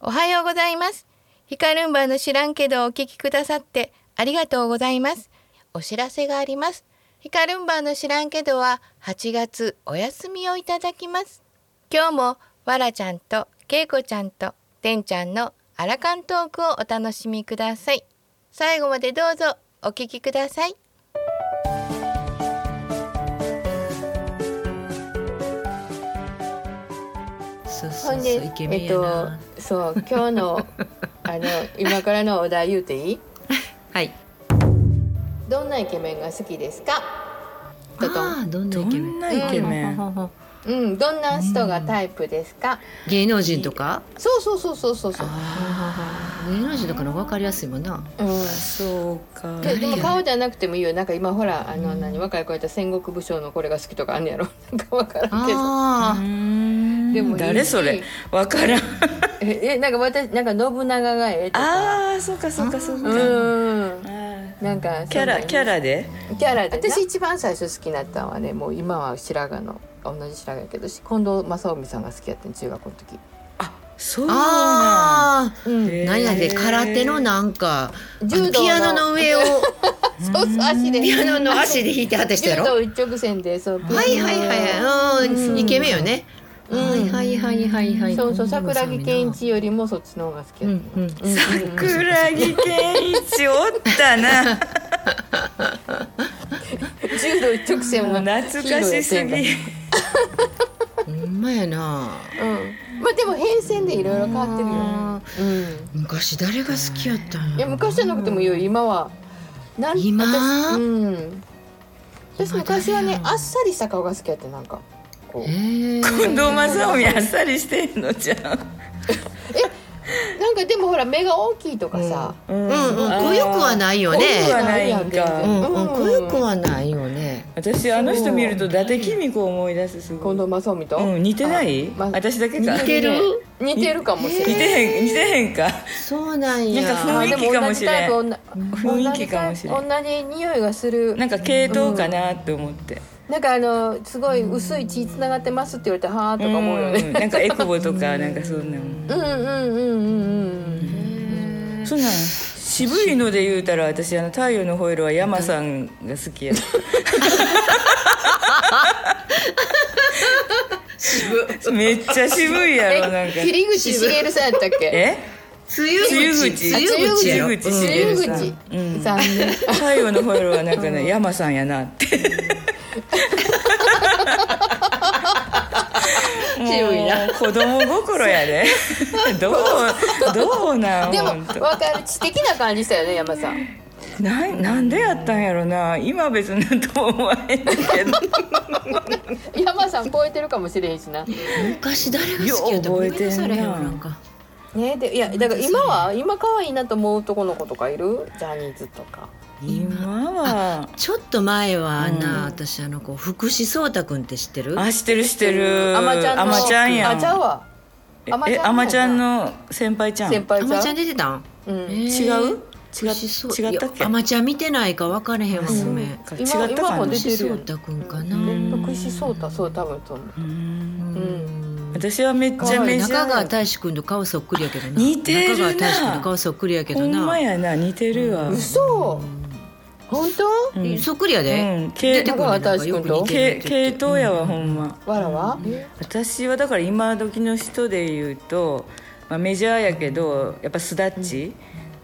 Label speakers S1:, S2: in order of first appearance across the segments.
S1: おはようございます。ヒカルンバの知らんけどお聞きくださってありがとうございます。お知らせがあります。ヒカルンバの知らんけどは8月お休みをいただきます。今日もわらちゃんとけいこちゃんとてんちゃんのアラカントークをお楽しみください。最後までどうぞお聞きください。
S2: そう
S1: ほ
S2: そ
S1: ん
S2: う
S1: で
S2: そうイケメンやな、
S1: えっとそう今日のあの今からのお題言うていい
S2: はい
S1: どんなイケメンが好きですかとと
S2: ああどんなイケメン
S3: どんなイケメン
S2: うんうんうんうん
S1: うんどんな人がタイプですか、
S2: 芸能人とか
S1: そうそうそうそうそうそう
S2: あー芸能人とかの方が分かりやすいもんな
S1: うん
S3: そうか
S1: ででも
S2: 誰や
S1: 顔じゃなくてもいいよなんか今ほらあの何若い子やったら戦国武将のこれが好きとかあんねやろなんかわからんけど
S2: あー
S1: で
S3: で
S1: もいいし
S3: 誰それわからん
S1: ええなんか私なんか信長がええとか
S3: ああそうかそうかそう
S1: う
S3: か
S1: ん
S3: あ
S1: なんか
S3: ーキャラキャラで
S1: ラキャラでな私一番最初好きになったのはねもう今は白髪の同じ白髪やけどし近藤正臣さんが好きやってん中学校の時
S3: そうなん
S2: あー
S1: うん
S3: へー
S2: なんやで空手のなんか
S1: 柔道の
S2: ピアノの上を
S1: そうそう足 で
S2: ピアノの足で弾いてはった人
S1: 柔
S2: やろは
S1: 道一直線でそう
S2: いはいはいうんイケメンよね
S1: うん
S2: はいはいはいはいはい
S1: そうそう桜木健一よりもそっちの方が好き
S2: う
S1: や
S2: ん
S1: っ
S2: う
S1: た
S2: ん
S1: うん
S3: 倉木健一おったな
S1: 柔道一直線
S3: もう
S1: は
S3: 懐かしすぎ
S2: ほんまやな
S1: うん、まあでも変遷でいろいろ変わってるよ。
S2: あー
S1: うん。
S2: 昔誰が好きやったん
S1: いや
S2: や
S1: 昔じゃなくてもいいよ今は。なん
S2: 今
S1: 私うん。私
S2: 今
S1: 昔はね
S2: 誰や
S1: あっさりした顔が好きやってなんか。こう
S2: え
S3: 近藤正臣あっさりしてんのじゃん
S1: なんかでもほら目が大きいとかさ。
S3: うん
S2: うんうん濃ゆくはないよね
S1: 大きくはないやん
S3: うん
S1: 全
S2: う
S1: 然
S2: んうん濃ゆくはないよね
S3: 私あの人見ると伊達公子を思い出すすご
S1: 近
S3: い
S1: 藤正臣と。
S3: うん似てない
S1: ま
S3: 私だけか
S2: 似
S3: 似
S2: て
S3: て
S2: る
S1: 似てるかもしれない。
S3: へん似てへんか
S2: そうなんや
S3: なんか雰囲気かもしれん
S1: あでも
S3: 雰囲気かもしれ
S1: 同
S3: ん
S1: じタイプ同じ同じ匂いがする
S3: なんか系統かなって思って
S1: なんかあのすごい薄い血つながってますって言われてはあとか思うよ
S3: ん
S1: ね
S3: なんかエクボとかなんかそんなの
S1: うんうんうんうん
S2: へー
S3: そんなん渋いので言うたら私あの太陽のホイールは山さんが好きや渋めっちゃ渋いやろなん
S1: え
S3: か
S1: 桐口茂さんやったっけ
S3: え
S2: 梅雨
S3: 梅雨
S2: 口
S3: 口
S2: やろ
S3: 梅雨
S1: 桐口
S2: うん
S3: 口茂さんうん
S1: さんね
S3: 太陽のホイールはなんかね山さんやなっても
S2: 渋いな
S3: う子供心やでどうどうなん
S1: でも
S3: ほんと
S1: わかる知的な感じしたよね山さん
S3: なんなんでやったんやろな今別になんとも思わへんねんけど
S1: 山さん超えてるかもしれへんしな
S2: 昔誰が好きやったか思い出されへんわなんか
S1: ねでいやだから今は今可愛いなと思う男の子とかいるジャニーズとか
S3: 今は
S2: ちょっと前はな、
S1: うん
S2: 私あの子福士蒼太君って知ってる
S3: あ知ってる知ってる
S1: あまちゃんの
S3: あまちゃんやん
S1: あちゃうわ
S3: え
S1: あまちゃん
S3: え
S1: やん
S3: あまちゃんの先輩ちゃん
S1: 先輩
S2: あ
S1: ち
S2: ま
S1: ゃ
S2: ちゃ
S1: うん
S2: 出てたん、
S1: うん
S3: 違う違
S2: 福士蒼
S3: 違ったっ
S2: い
S3: け
S2: やあまちゃん見てないか分からへんわ
S3: そ
S2: ご
S3: う
S2: めん
S3: か違っ
S1: 今
S3: た
S1: 今
S3: か
S1: も
S3: な
S1: 出
S2: 福
S1: て
S2: 士
S1: るよ
S2: 蒼
S1: ね
S2: 太君かな、
S1: ね福士蒼太そう多分そう
S3: う
S2: うんん
S3: 私はめっちゃ
S2: 可愛い
S3: メジャ
S2: 中川
S3: ー
S2: 大志君の顔そっくりやけどな
S3: 似てるな
S2: 中川大志君の顔そっくりやけ
S3: ほ
S2: ど
S3: ん
S2: な
S3: まやな似てるわ
S1: 嘘本当
S3: うん
S2: そっくりやで、
S3: うん
S2: 出
S3: 系
S2: て
S1: 中
S2: くるね
S1: 川大志君と
S2: なんかよく似てる
S3: 系
S2: って言
S3: 系
S2: って
S3: 統やわほんま
S1: わらわ
S3: 私はだから今時の人で言うと、まあ、メジャーやけどやっぱすだっち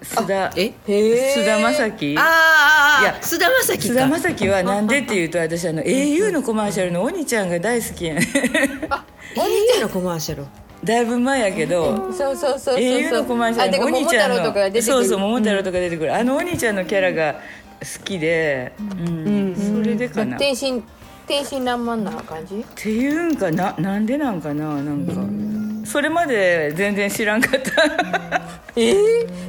S3: 須田
S2: え
S1: へえ
S3: 須田まさき
S2: ああああ
S3: い
S2: いや
S3: や
S2: 須田まさき
S3: 須田ま
S2: か
S3: さきはなんでっていうと私あの au のコマーシャルの鬼ちゃん が大好きやね
S2: お兄ちゃんのコマーシャル
S3: だいぶ前やけど
S1: そうそうそうそうそう
S3: au のコマーシ
S1: あ
S3: ャ
S1: だ
S3: ル
S1: か
S3: の
S1: ら
S3: 鬼
S1: 桃
S3: ちゃ
S1: 太
S3: ん
S1: 郎とかが出て
S3: の
S1: くる
S3: そうそう桃太郎とか出てくるあの鬼ちゃんのキャラが好きでうんそれでかなっ
S1: 天真天真爛漫な感じ
S3: ていうんかななんでなんかななんかそれまで全然知らんかった
S1: ええ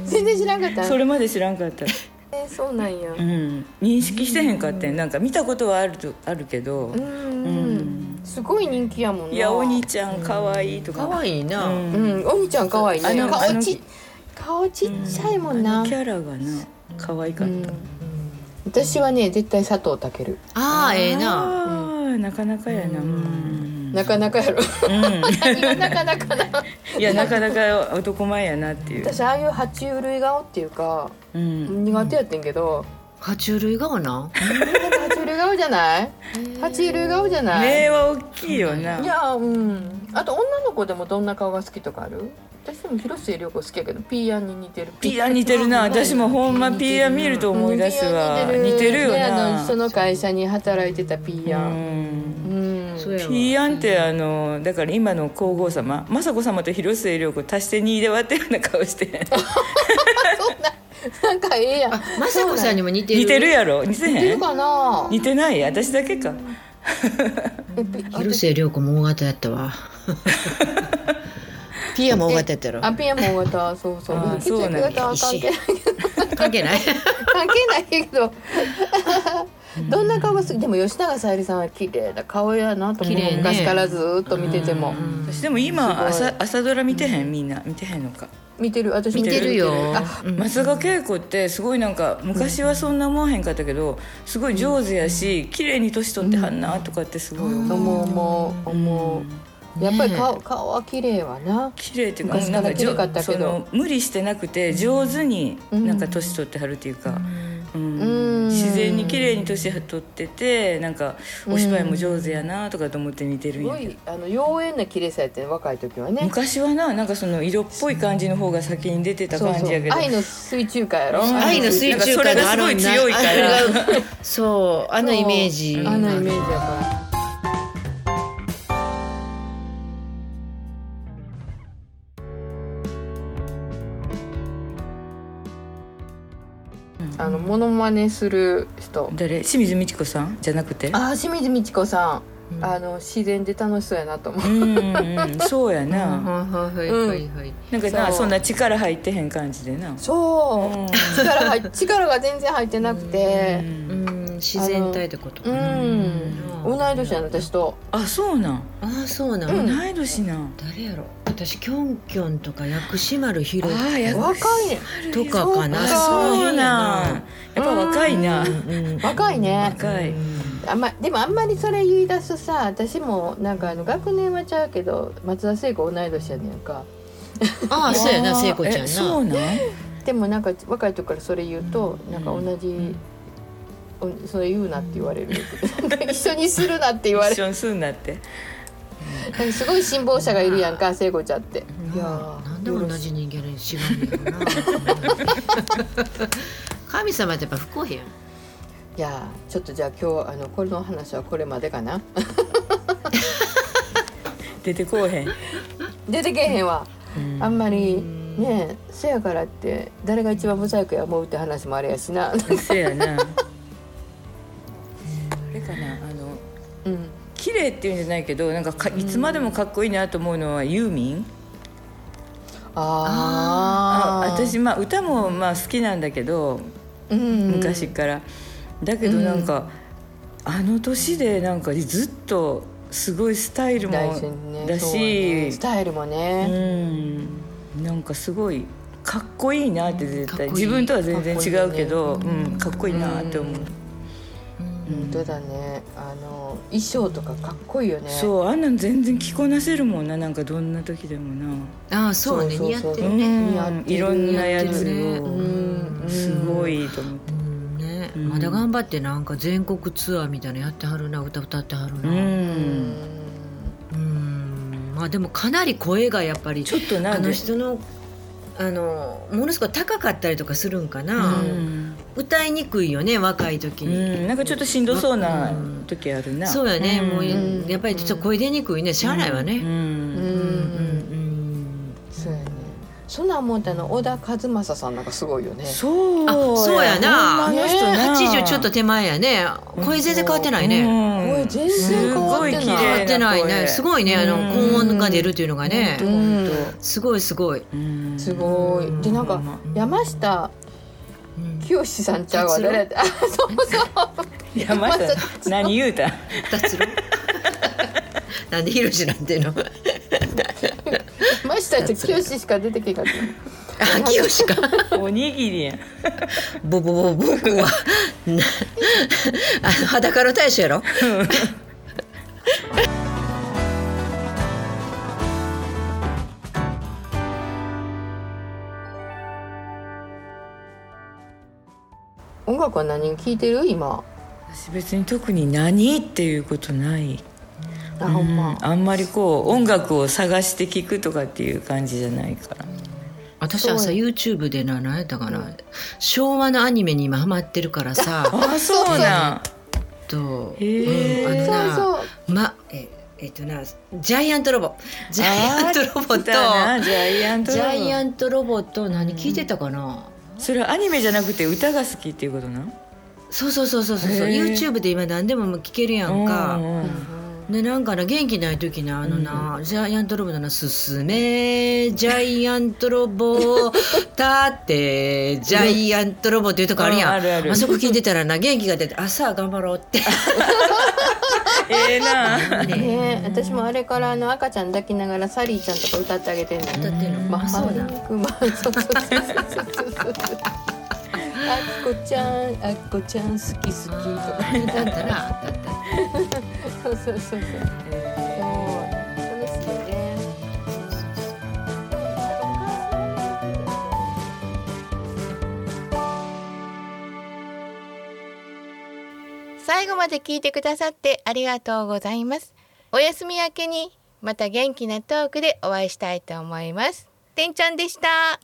S1: 全然知らんかった
S3: それまで知らんかった
S1: えーそうなんや
S3: うん、認識してへんかってんなんか見たことはあるとあるけど、
S1: うんうんすごい人気やもんない
S3: やお兄ちゃんかわいいとか
S2: 可愛いな、
S3: うん
S1: うんお兄ちゃん可愛い
S3: あ
S1: ね
S3: のあ
S1: 顔
S3: の
S1: ち顔ちっちゃいもんな
S3: あのキャラがな可愛か
S1: う
S3: った、
S1: ん私はね絶対佐藤健
S2: ああええな
S3: あーなかなかやな、うん
S4: なかなかやろ 何がなかなかない
S3: やなかなか男前やなっていう、
S4: 私ああいう爬虫類顔っていうか
S3: うん、
S4: 苦手やってんけど、
S2: 爬虫類顔なん
S4: なんか爬虫類顔じゃない爬虫類顔じゃない、
S3: 目は大きいよない
S4: やうんあと女の子でもどんな顔が好きとかある私でも広末涼子好きやけどピーヤンに似てる
S3: ピア似てるな私もほんま
S2: 似てる
S3: ピア見ると思い出すわ似てるよ
S4: ねあ
S3: な
S4: のその会社に働いてたピーヤ
S3: う
S4: ン
S3: ん
S4: うん、
S2: そうやわ
S3: ピーアンってあのだから今の皇后様雅子様と広末涼子足して2で割ってるような顔して
S4: なんかええやん
S2: あ雅子さんにも似てる
S3: 似てるやろ似て
S4: 似て
S3: へ
S4: る
S3: ん
S4: かな
S3: 似てない私だけか
S4: えピ
S2: 広末涼子も大型やったわピアも大型やったや
S4: あ
S2: ろ
S4: ピーヤンも大 型そうそう
S3: あ
S4: 血
S3: そう
S4: 液
S3: なんや
S4: 型は関係ない
S2: 関係ない
S4: 関係ないけどどんな顔が好きでも吉永小百合さんは綺麗な顔やなと思う、
S2: 綺麗ね
S4: 昔からずーっと見てても、
S3: 私でも今朝朝ドラ見てへんみんな見てへんのか
S4: 見てる私
S2: 見てるよ
S4: あ
S2: うん
S3: 松坂慶子ってすごいなんか昔はそんな思わへんかったけどすごい上手やし綺麗に年取ってはんなとかってすごい思う
S4: 思う思う思うやっぱり顔,、
S2: ね
S4: 顔は綺麗はな
S3: 綺麗っていうか
S4: 昔から
S3: なんかじょ
S4: 綺麗かった
S3: そ
S4: けど
S3: の無理してなくて上手になんか年取ってはるっていうか、うん
S4: うん
S3: 自然に綺麗に年取っててなんかお芝居も上手やなとかと思って似てる
S4: す
S3: んや
S4: ご
S3: けど
S4: いあの妖艶な綺麗さやって若い時はね
S3: 昔はななんかその色っぽい感じの方が先に出てた
S4: そう
S3: 感
S4: そう
S3: じやけど
S4: 愛の水中花やろ
S3: うん
S2: 愛の水中
S3: なんかそれ
S2: 歌
S3: が
S2: の
S3: す
S2: あ
S3: ご
S2: の
S3: い強いから
S2: あれが そうあのイメージ
S4: そうあのイメージやからあのモノマネする人
S3: 誰清水美智子さんじゃなくて
S4: あー清水美智子さん、あの自然で楽しそうやなと思う
S3: うんうんうんそうや
S2: う
S3: な、
S2: んはいはいはいはい
S3: なんかな
S4: そ
S3: そ
S4: うん
S3: な力入ってへん感じでな
S4: そう、
S3: うん
S4: 力入っ力が全然入ってなくて
S2: うん自然体ってこと
S4: うん、同い年やの私と
S3: あそうなん
S2: ああそうな
S4: う
S2: の
S4: ん
S3: 同い年なん
S2: 誰やろ私キョンキョンとか薬師丸ひろ
S3: ああや
S4: 若いね
S2: とかかな
S3: あそうな
S2: ん
S3: んやっぱ若いな
S2: うん
S4: 若いね
S3: 若い
S4: あんまでもあんまりそれ言い出すとさ私もなんかあの学年はちゃうけど松田聖子同い年やねんか
S2: ああそうや
S3: あ
S2: な
S3: ー
S2: 聖子ちゃ
S3: え
S2: ん
S3: そう
S2: な
S3: なん
S4: でもなんか若い時からそれ言うとなんか同じ、おそれ言うなって言われるなんか一緒にするなって言われ
S3: 一
S4: る
S3: 緒にすんなって
S4: なんかすごい辛抱者がいるやんか聖子ちゃんっていやー
S2: なんで同じ人間に違うんだろうな神様ってやっぱ不公平やん
S4: いやーちょっとじゃあ今日あのこれの話はこれまでかな
S3: 出てこうへん
S4: 出てけへんわ、
S3: うん
S4: あんまりねえせやからって誰が一番ブサイクや思うって話もあれやしな
S3: せやなあれかなあの
S4: うん
S3: 綺麗っていうんじゃないけどなんかかいつまでもかっこいいなと思うのはユーミンあ
S4: あー
S3: 私まあ歌もまあ好きなんだけど
S4: うん
S3: 昔から、だけどなんか、あの年でなんかずっとすごいスタイルも
S4: 大事ね
S3: だ
S4: そうやね
S3: し
S4: スタイルもね、
S3: うんなんかすごいかっこいいなって絶対
S2: うんかっこいい
S3: 自分とは全然違うけど
S4: かっこいい
S3: うんかっこいいなって思う、うん
S4: 本当だねあの衣装とかかっこいいよね
S3: そうあんなん全然着こなせるもんななんかどんな時でもな
S2: ああそうね
S4: そう
S2: 似
S4: そう
S2: 合
S4: そ
S2: って
S4: う
S3: う
S2: るね
S3: ん
S4: 似合ってる
S3: いろんなやつ
S2: 似合ってるね
S3: を、
S4: うんうん
S3: すごいと思って
S2: うんね
S3: うん
S2: まだ頑張ってなんか全国ツアーみたいなのやってはるな歌歌ってはる
S3: う
S2: なうん
S4: う
S2: まあでもかなり声がやっぱり
S3: ちょっと
S2: あ
S3: なん
S2: の
S3: で
S2: 人のあのものすごい高かったりとかするんかな、
S3: うん
S2: 歌いにくいよね若い時
S3: う
S2: に、
S3: ん、なんかちょっとしんどそうな
S2: うん
S3: 時あるな、
S2: そうやね、
S3: ん
S2: もうやっぱりちょっと声出にくいねしゃあないわ
S3: う
S2: ね、
S4: んうんん
S2: うん
S4: そうやねそんなん思ったの小田和正さんなんかすごいよね
S3: そ
S2: あ
S3: う
S2: そうやな
S3: ほんまあの人な
S2: 80ちょっと手前やね声全然変わってないね、
S4: 声
S3: うん
S4: 全然変わって
S3: すごい
S4: ない
S3: 綺麗
S2: 変わってない
S3: うん
S2: ねすごいねあの
S3: うん
S2: 高音が出るというのがね
S4: ん
S3: 本
S2: すごいすごい、
S3: 当うん
S4: すごいでなんか山下
S2: うん
S4: 清さんちゃうわ
S2: 達郎
S4: 誰やったあそうそう
S3: いやまさ何言うた
S2: 達郎なんでヒロシなんていうの
S4: 山下って清しか出てけ なかった
S2: あきよしか
S3: おにぎりやん
S2: ぼぼぼ僕はなあの裸の大使やろ
S4: 音楽は何聞いてる今
S3: 私別に特に何っていうことない
S4: あほん
S3: う
S4: ま
S3: んあんまりこう音楽を探して聴くとかっていう感じじゃないから
S2: 私朝
S4: そう
S2: YouTube でな何やったかな、昭和のアニメに今ハマってるからさ
S3: あそうなん
S2: と、
S3: へ
S2: う
S3: ー
S2: ん、あのな
S4: そうそう
S2: まええっとなジャイアントロボジャイアントロボ
S3: あー
S2: と
S3: 来たなジャイアント
S2: ジ
S3: ロボ
S2: ャイアントロボと何聞いてたかな、
S3: それはアニメじゃなくて歌が好きっていうことなん
S2: そうそうそうそうそうそう
S3: へー
S2: YouTube で今何でも聞けるやん
S3: う
S2: か
S3: んうん
S2: でなんかな元気ない時なあのな、ジャイアントロボのな「すすめジャイアントロボたってジャイアントロボ」っていうとこあるやん、
S3: うんあるある
S2: そこ聞いてたらな元気が出て「朝頑張ろう」って
S3: ええな
S4: ねえ私もあれからあの赤ちゃん抱きながらサリーちゃんとか歌ってあげてんの
S2: 歌ってんの、
S4: マ
S2: あ
S4: ハ
S2: そうな
S4: リ
S2: ん
S4: ークマそうそうそうそうそうあっこちゃんあっこちゃん好き好きとか
S2: あだったらあったあった
S4: そうそうそうそうそう楽しいよね
S1: 最後まで聞いてくださってありがとうございますお休み明けにまた元気なトークでお会いしたいと思いますてんちゃんでした